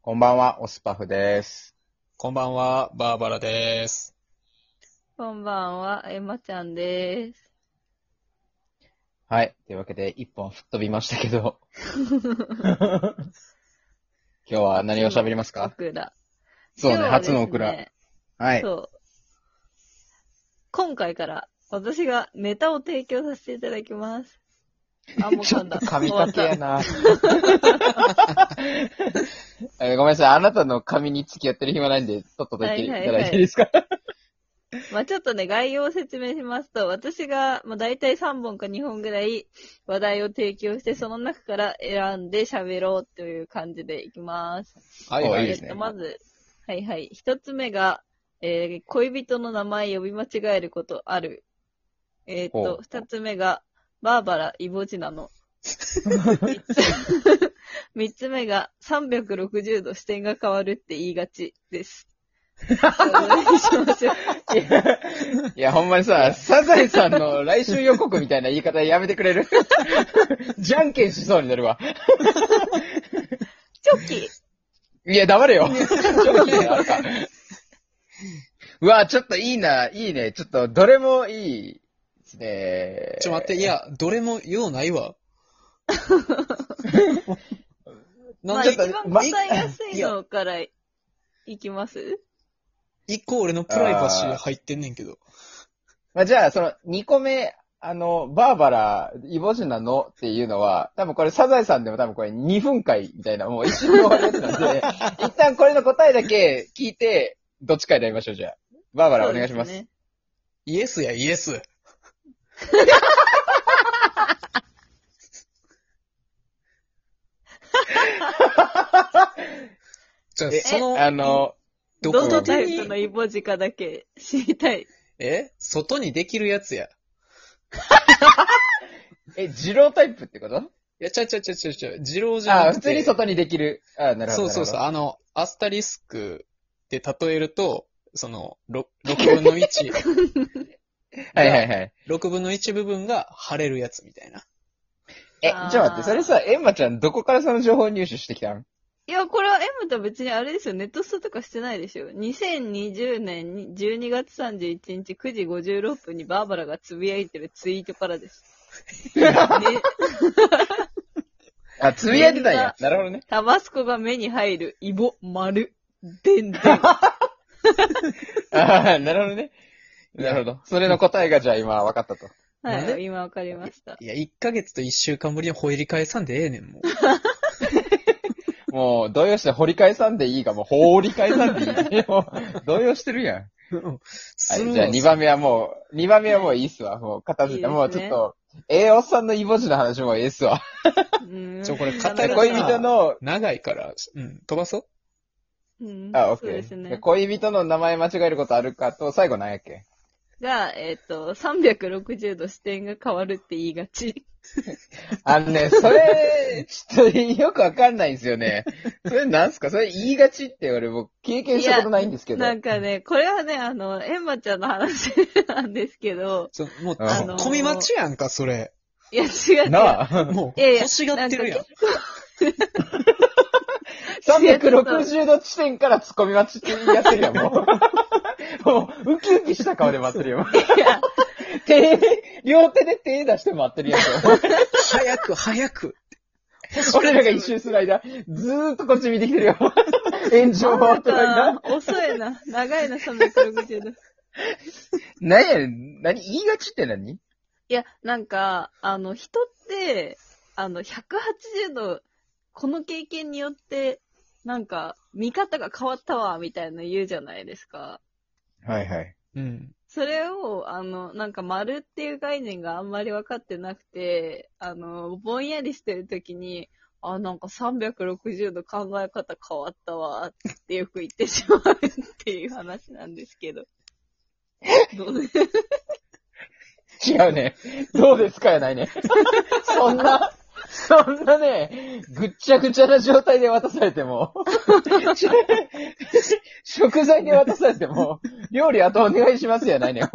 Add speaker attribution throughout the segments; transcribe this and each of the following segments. Speaker 1: こんばんは、オスパフです。
Speaker 2: こんばんは、バーバラです。
Speaker 3: こんばんは、エマちゃんです。
Speaker 1: はい。というわけで、一本吹っ飛びましたけど。 今日は何を喋りますか
Speaker 3: 僕ら。
Speaker 1: そうね、
Speaker 3: 今日はで
Speaker 1: 初
Speaker 3: す
Speaker 1: のオクラ。はい。
Speaker 3: そう。今回から私がネタを提供させていただき ます。あ、もう
Speaker 1: ちょ
Speaker 3: 噛
Speaker 1: っ
Speaker 3: ん
Speaker 1: と
Speaker 3: だ。
Speaker 1: 噛みかけや な。えごめんなさい、あなたの髪に付き合ってる暇ないんで、とっとと言ってい
Speaker 3: はいはい
Speaker 1: た
Speaker 3: はい
Speaker 1: だいていいですか
Speaker 3: まあちょっとね、概要を説明しますと、私が、まあ大体3本か2本ぐらい話題を提供して、その中から選んで喋ろうという感じでいきます。
Speaker 2: はい、
Speaker 1: お
Speaker 2: はいい。
Speaker 1: いですね
Speaker 3: えっと、まず、はいはい。一つ目が、えー恋人の名前呼び間違えることある。えっ、
Speaker 1: ほう
Speaker 3: と、二つ目が、バーバラ、イボジナの。三つ 三つ目が、360度視点が変わるって言いがちです。お願いしましょう
Speaker 1: いや、ほんまにさ、サザエさんの来週予告みたいな言い方やめてくれる じゃんけんしそうになるわ。
Speaker 3: チョキ
Speaker 1: いや、黙れよ。ちょっとねあるか うわ、ちょっといいな、いいね。ちょっと、どれもいいですね。
Speaker 2: ちょ、待って、いや、どれも用ない わ。な
Speaker 3: ま
Speaker 2: ん
Speaker 3: あ、
Speaker 2: で
Speaker 3: 一
Speaker 1: ちょっと
Speaker 3: 番答えやす
Speaker 2: い
Speaker 3: い
Speaker 2: や
Speaker 3: のからいきます
Speaker 2: 一個俺のプライバシー入ってんねんけど。
Speaker 1: まあ、じゃあ、その、2個目、あの、バーバラ、イボジナのっていうのは、多分これ、サザエさんでも多分これ2分解みたいな、もう一瞬で終わるやつなん で、一旦これの答えだけ聞いて、どっちか選びましょう、じゃあ。バーバラ、お願いします。
Speaker 3: そうでね
Speaker 2: イエスや、イエ ス。じゃあ、
Speaker 1: え
Speaker 2: その、
Speaker 1: あの、
Speaker 2: ど
Speaker 3: ど
Speaker 2: こ
Speaker 3: の
Speaker 1: の
Speaker 3: タ
Speaker 2: で
Speaker 3: イプのイボジカだけ知りたい。
Speaker 2: え外にできるやつや。い
Speaker 1: え、二郎タイプってこと
Speaker 2: や、ちゃうちゃうちゃうちゃうちゃう。二郎じゃ
Speaker 1: あ
Speaker 2: な
Speaker 1: あ、
Speaker 2: く
Speaker 1: 普
Speaker 2: て
Speaker 1: 通に外にできる。ああ、なるほ
Speaker 2: そ
Speaker 1: ど。
Speaker 2: うそうそう。
Speaker 1: なる
Speaker 2: あの、アスタリスクで例えると、その、ろ6分の1、
Speaker 1: ほ ど。はいはいはい。
Speaker 2: 6分の1部分が晴れるやつみたいな。
Speaker 1: え、ちょ
Speaker 3: あー
Speaker 1: っと待って、それさ、エンマちゃんどこからその情報入手してきたん
Speaker 3: いや、これは M とは別にあれですよ。ネットストとかしてないですよ。2020年に12月31日9時56分にバーバラがつぶやいてるツイートからです。ね、
Speaker 1: あ、つぶやいてたんや。なるほどね。
Speaker 3: タバスコが目に入るイボ、丸、でんでん。
Speaker 1: ああ、なるほどね。なるほど。それの答えがじゃあ今分かったと。
Speaker 2: なん
Speaker 3: は
Speaker 2: で
Speaker 3: い、今わかりました。
Speaker 2: いや、1ヶ月と1週間ぶりに掘り返さんでええねん、もう。
Speaker 1: もう、動揺して掘り返さんでいいか、もう掘り返さんで いい。もう、動揺してるやん。 は
Speaker 2: す
Speaker 1: い、
Speaker 2: る
Speaker 1: じゃあ
Speaker 2: わ
Speaker 1: 2番目はもう、2番目はもういいっすわ。もう片付いた。
Speaker 3: いい
Speaker 1: もう
Speaker 3: です
Speaker 1: ちょ
Speaker 3: ね
Speaker 1: っと、ええおっさんのイボジの話もええっすわ。
Speaker 3: うん
Speaker 2: ちょこれ語
Speaker 3: ダメ
Speaker 2: る
Speaker 3: だ
Speaker 2: な
Speaker 3: な
Speaker 1: 恋人の、
Speaker 2: 長いから、うん、飛ばそう。
Speaker 3: うん、
Speaker 1: あ、オッ
Speaker 3: そう
Speaker 1: ケ
Speaker 3: です
Speaker 1: ー。
Speaker 3: ね。
Speaker 1: 恋人の名前間違えることあるかと、最後なんやっけ
Speaker 3: が、えっ、と、360度視点が変わるって言いがち。
Speaker 1: あのね、それ、ちょっとよくわかんないんですよね。それなんすかそれ言いがちって俺もう経験したことないんですけど。
Speaker 3: なんかね、これはね、あの、エンマちゃんの話なんですけど、
Speaker 2: そもう、
Speaker 1: あ
Speaker 2: ツ
Speaker 1: の
Speaker 2: ッ
Speaker 3: ー
Speaker 2: コミ待ちやんか、それ。
Speaker 3: いや、違う違う。
Speaker 1: なあ
Speaker 2: もう、
Speaker 3: いやいや
Speaker 2: 欲しがってるやん。
Speaker 1: 360度地点から突っ込み待ちって言いやってるやん、もう。もう、ウキウキした顔で待ってるよ。
Speaker 3: いや、
Speaker 1: 手、両手で手出して待ってるやん。
Speaker 2: 早く、早く。
Speaker 1: 俺らが一周する間、ずーっとこっち見てきてるよ。炎上を
Speaker 3: なん
Speaker 1: ってる間。
Speaker 3: か、遅いな。長いな、360度。い
Speaker 1: 何やねん、何言いがちって何
Speaker 3: や、なんか、あの、人って、あの、180度、この経験によって、なんか、見方が変わったわ、みたいな言うじゃないですか。
Speaker 1: はいはい。
Speaker 2: うん。
Speaker 3: それを、あの、なんか、丸っていう概念があんまり分かってなくて、あの、ぼんやりしてるときに、あ、なんか360度考え方変わったわ、ってよく言ってしまうっていう話なんです けど。どうです
Speaker 1: 違うね。どうですかやない ね。そんな、そんなね、ぐっちゃぐちゃな状 態で渡されても、食材で渡されても、料理あとお願いしますやないねん。
Speaker 3: い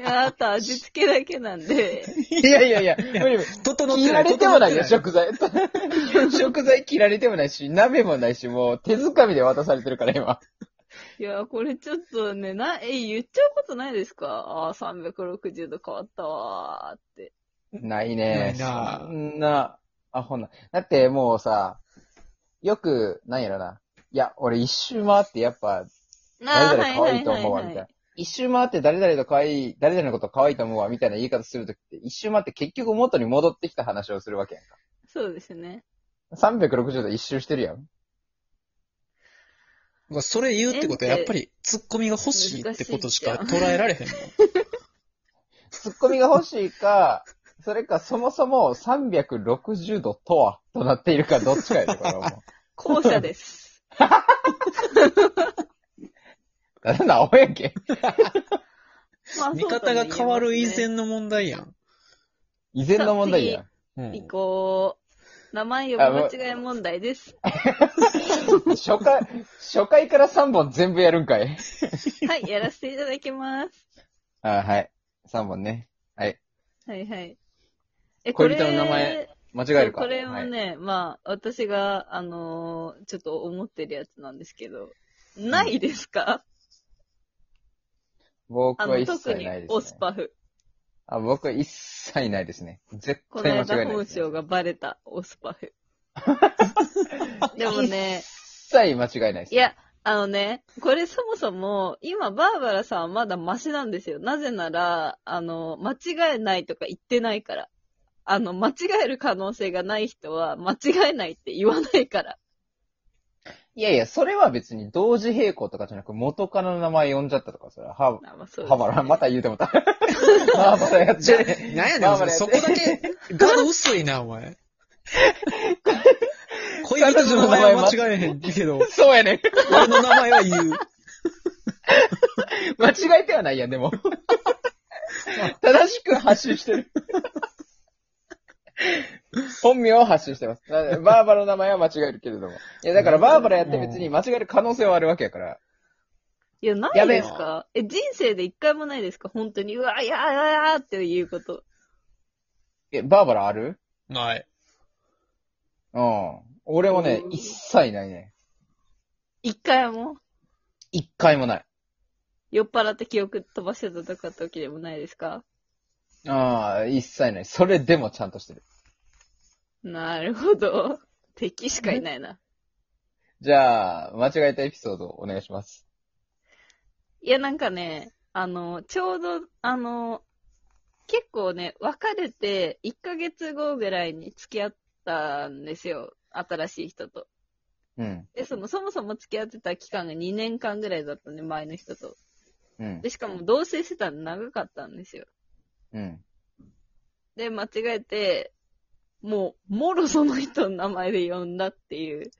Speaker 3: や、あと味付けだけなんで。
Speaker 1: いやいやいや、無理無理。
Speaker 2: 整って
Speaker 1: 切
Speaker 2: な
Speaker 1: ら
Speaker 2: い。
Speaker 1: れてもないよ、
Speaker 2: 整っ
Speaker 1: 食
Speaker 2: て
Speaker 1: 材。 食材切られてもないし、鍋もないし、もう手づかみで渡されてるから、今。
Speaker 3: いや、これちょっとね、な、え、言っちゃうことないですかああ、360度変わったわーって。
Speaker 1: ないね。
Speaker 2: ないな
Speaker 1: そんな、あ、ほんな。だってもうさ、よく、なんやろな。いや、俺一周回ってやっぱ、誰々可愛いと思うわ、みたいな。一周回って誰々と可愛い、誰々のこと可愛いと思うわ、みたいな言い方するときって、一周回って結局元に戻ってきた話をするわけやんか。
Speaker 3: そうですね。
Speaker 1: 360度一周してるやん。
Speaker 2: まあそれ言うってことは、やっぱり、突っ込みが欲しいってことしか捉えられへん
Speaker 1: ツッコミが欲しいか、 それかそもそも360度とは、となっているかどっちかやで、これはもう。
Speaker 3: 後者です。
Speaker 1: なんだ、青やんけ。
Speaker 3: まあ
Speaker 2: もん。見方が変わる以。前の問題やん。
Speaker 1: 依然の問題やん。
Speaker 2: うん
Speaker 3: 以降、名前呼び間違い問題です。
Speaker 1: 初回、初回から3本全部やるんかい。
Speaker 3: はい、やらせていただきます。
Speaker 1: あはい。3本ね。はい。
Speaker 3: はいはい。え
Speaker 1: 恋人の名前間違えるか。
Speaker 3: これも
Speaker 1: はい、
Speaker 3: ね、まあ、私が、あのーちょっと思ってるやつなんですけど、ないですか、あ
Speaker 1: 僕は
Speaker 3: の、
Speaker 1: 一
Speaker 3: 特
Speaker 1: 切
Speaker 3: に
Speaker 1: ないです、ね。
Speaker 3: オスパフ。
Speaker 1: あ、僕は一切ないですね。絶
Speaker 3: この
Speaker 1: 対間違
Speaker 3: 間
Speaker 1: いない
Speaker 3: 本
Speaker 1: です、ね
Speaker 3: 性。がバレたオスパ フ。でもね、
Speaker 1: 一切間違いないです。
Speaker 3: いや、あのね、これそもそも、今、バーバラさんはまだマシなんですよ。なぜなら、あの、間違えないとか言ってないから。あの、間違える可能性がない人は、間違えないって言わないから。
Speaker 1: いやいや、それは別に同時並行とかじゃなく元カノの名前呼んじゃったとか、それは、は、
Speaker 3: あまあそうです
Speaker 1: はばら、また言うても た。はばらやっ
Speaker 2: じ
Speaker 1: ち
Speaker 2: ゃ
Speaker 1: ゃ
Speaker 2: あ、
Speaker 1: う。
Speaker 2: なんやね
Speaker 1: ま
Speaker 2: ん、
Speaker 1: あ
Speaker 2: そ
Speaker 1: まあ
Speaker 2: れ
Speaker 1: や
Speaker 2: そ
Speaker 1: っ
Speaker 2: こ
Speaker 1: て
Speaker 2: だ け、画像薄いな、お 前。恋人の名前は間違えへんけど、
Speaker 1: そうやねん。
Speaker 2: 俺の名前は言う。
Speaker 1: 間違えてはないやん、でも。正しく発信してる。本名を発信してます。なのでバーバラの名前は間違えるけれども。いや、だからバーバラやって別に間違える可能性はあるわけやから。
Speaker 3: いや、ないですかえ、人生で一回もないですか本当に、うわ、いやーいやーっていうこと。
Speaker 1: え、バーバラある
Speaker 2: ない。
Speaker 1: うん。俺もね
Speaker 3: う、ん
Speaker 1: 一切ないね。
Speaker 3: 一回も
Speaker 1: 一回もない。
Speaker 3: 酔っ払って記憶飛ばしてたとか時でもないですか
Speaker 1: ああ、一切ない。それでもちゃんとしてる。
Speaker 3: なるほど。敵しかいないな。
Speaker 1: じゃあ、間違えたエピソードお願いします。
Speaker 3: いや、なんかね、あの、ちょうど、あの、結構ね、別れて1ヶ月後ぐらいに付き合ったんですよ。新しい人と。
Speaker 1: うん。
Speaker 3: で、その、そもそも付き合ってた期間が2年間ぐらいだったんで、前の人と。
Speaker 1: うん。
Speaker 3: で、しかも同棲してたんで長かったんですよ。
Speaker 1: うん。
Speaker 3: で、間違えて、もう、もろその人の名前で呼んだっていう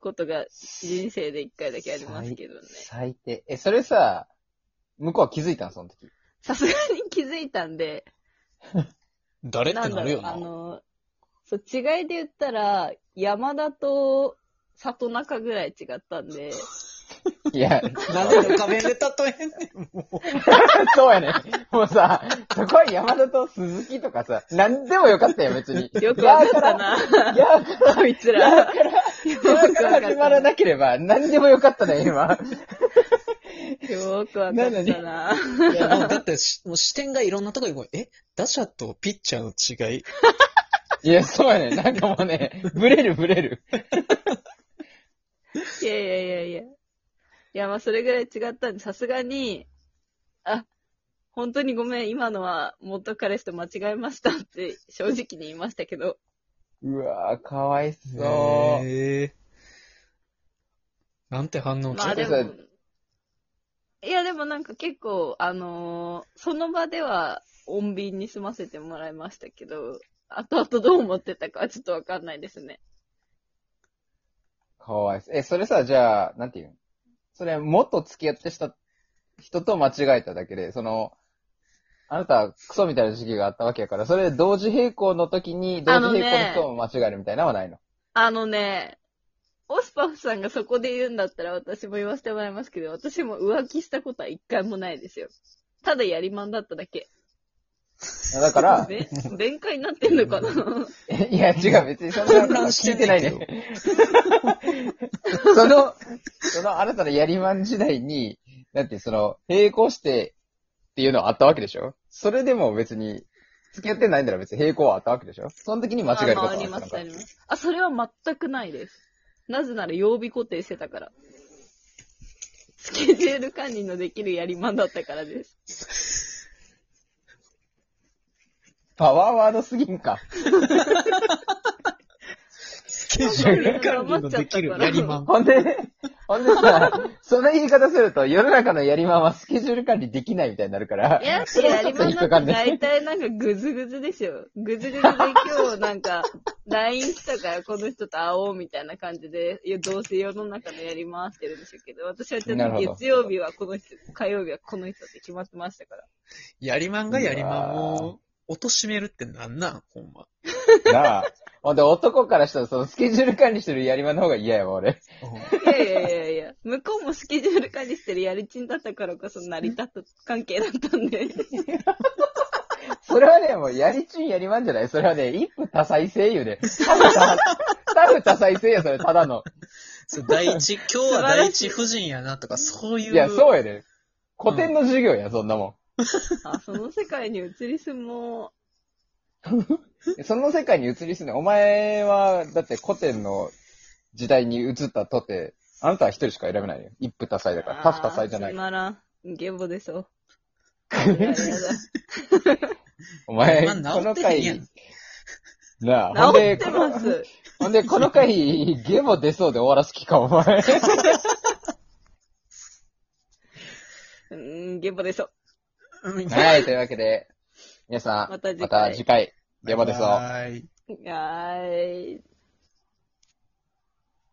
Speaker 3: ことが人生で一回だけありますけどね。
Speaker 1: 最低。え、それさ、向こうは気づいたんその 時。
Speaker 3: さすがに気づいたんで、
Speaker 2: 誰って
Speaker 3: なん
Speaker 2: な
Speaker 3: だ
Speaker 2: る
Speaker 3: ろう
Speaker 2: よ、な。
Speaker 3: あの、そう、違いで言ったら、山田と里中ぐらい違ったんで、
Speaker 1: いや、
Speaker 2: なんでも仮面で例えんねん、もう。
Speaker 1: そうやね。もうさ、そこは山田と鈴木とかさ、なんでもよかったよ、別に。
Speaker 3: よくわかった
Speaker 1: い
Speaker 3: な、
Speaker 1: やーから、いやー
Speaker 3: あいつら。よく
Speaker 1: から、い
Speaker 3: わ
Speaker 1: やーか
Speaker 3: か
Speaker 1: 始まら
Speaker 3: らったな。
Speaker 1: なければ、なんでもよかったね、 今。
Speaker 3: よくわかったな。
Speaker 2: いや、もうだってし、もう視点がいろんなとこにこう、え、打者とピッチャーの違い
Speaker 1: いや、そうやね。なんかもうね、ブレるブレる。
Speaker 3: いやいやいやいや。いや、まあ、それぐらい違ったんで、さすがに、あ、本当にごめん、今のは元彼氏と間違えましたって正直に言いましたけど、
Speaker 1: うわー、かわいそう。
Speaker 2: へえなんて反応
Speaker 3: まあ
Speaker 1: ちょ
Speaker 3: で
Speaker 1: っとさ
Speaker 3: も、いやでもなんか結構、あのーその場では穏便に済ませてもらいましたけど、後々どう思ってたかはちょっとわかんないですね。
Speaker 1: かわいそう。え、それさ、じゃあ、なんていうのそれ、もっと付き合ってした人と間違えただけで、その、あなた、クソみたいな時期があったわけやから、それ同時並行の時に、同時並行の人も間違えるみたいなのはないの
Speaker 3: あのね、オスパフさんがそこで言うんだったら私も言わせてもらいますけど、私も浮気したことは一回もないですよ。ただやりまんだっただけ。
Speaker 1: だ から、
Speaker 3: ね、弁解になってんのかな
Speaker 1: いや、違う、別にそんな話 聞いてないね。 その、その新たなやりまん時代に、だってその、並行してっていうのはあったわけでしょそれでも別に、付き合ってないなら別に並行はあったわけでしょその時に間違えること
Speaker 3: あ
Speaker 1: は
Speaker 3: ま
Speaker 1: ったの
Speaker 3: あありま
Speaker 1: か
Speaker 3: す、あります。あ、それは全くないです。なぜなら曜日固定してたから。スケジュール管理のできるやりまんだったからです。
Speaker 1: パワーワードすぎんか。
Speaker 2: スケジュール管理のできるやりまん。
Speaker 1: ほんで、ほんでさ、その言い方すると、世の中のやりまんはスケジュール管理できないみたいになるから。
Speaker 3: いや、
Speaker 1: それは
Speaker 3: や
Speaker 1: ちょ
Speaker 3: り
Speaker 1: っと
Speaker 3: まん
Speaker 1: 引っ
Speaker 3: だ
Speaker 1: か
Speaker 3: っ
Speaker 1: か
Speaker 3: て
Speaker 1: んない。
Speaker 3: 大体なんかぐずぐずでしょ。ぐずぐずで今日なんか、LINE 来たからこの人と会おうみたいな感じで、いやどうせ世の中のやり回してるんでしょうけど、私はちゃん
Speaker 1: なるほ
Speaker 3: と
Speaker 1: ど
Speaker 3: 月曜日はこの人、火曜日はこの人って決まってましたから。
Speaker 2: やりまんがやりまんを、貶としめるってなんなんほ んま。
Speaker 1: なあ。ほんで、男からしたら、そのスケジュール管理してるやりまんの方が嫌やわ、俺。
Speaker 3: いやいやいやいや、向こうもスケジュール管理してるやりちんだったからこそ成り立った関係だったん で。
Speaker 1: それはね、もう、やりちんやりまんじゃないそれはね、一夫多妻制よね。多夫多多夫多妻制よ、それ、ただの。
Speaker 2: そう第一、今日は第一夫人やなとか、そういう。
Speaker 1: いや、そう
Speaker 2: う。
Speaker 1: やね。古典の授業や、そんなも
Speaker 3: あ、その世界に移り住
Speaker 1: ん。
Speaker 3: も
Speaker 1: その世界に移り住んで、お前は、だって古典の時代に移ったとて、あなたは一人しか選べないよ。一夫多妻だ
Speaker 3: う。
Speaker 1: から。多夫多妻じゃな
Speaker 3: あー
Speaker 1: い
Speaker 3: つ。まらん。ゲボでそう。やだやだ
Speaker 1: お前、
Speaker 2: ま
Speaker 1: こ
Speaker 2: あ治
Speaker 1: の
Speaker 2: ってへんやん
Speaker 1: 回、 なあ、ほん
Speaker 3: 治っ
Speaker 1: で、
Speaker 3: て
Speaker 1: こ
Speaker 3: ま
Speaker 1: の
Speaker 3: す。
Speaker 1: ほんで、この回、ゲボ出そうで終わらす気か、お前。
Speaker 3: うーん、ゲボでそう。
Speaker 2: うん
Speaker 1: はい、というわけで、皆さん、
Speaker 3: また次回
Speaker 1: また次回、ゲボ出そう。
Speaker 2: バイバイ
Speaker 3: はーい。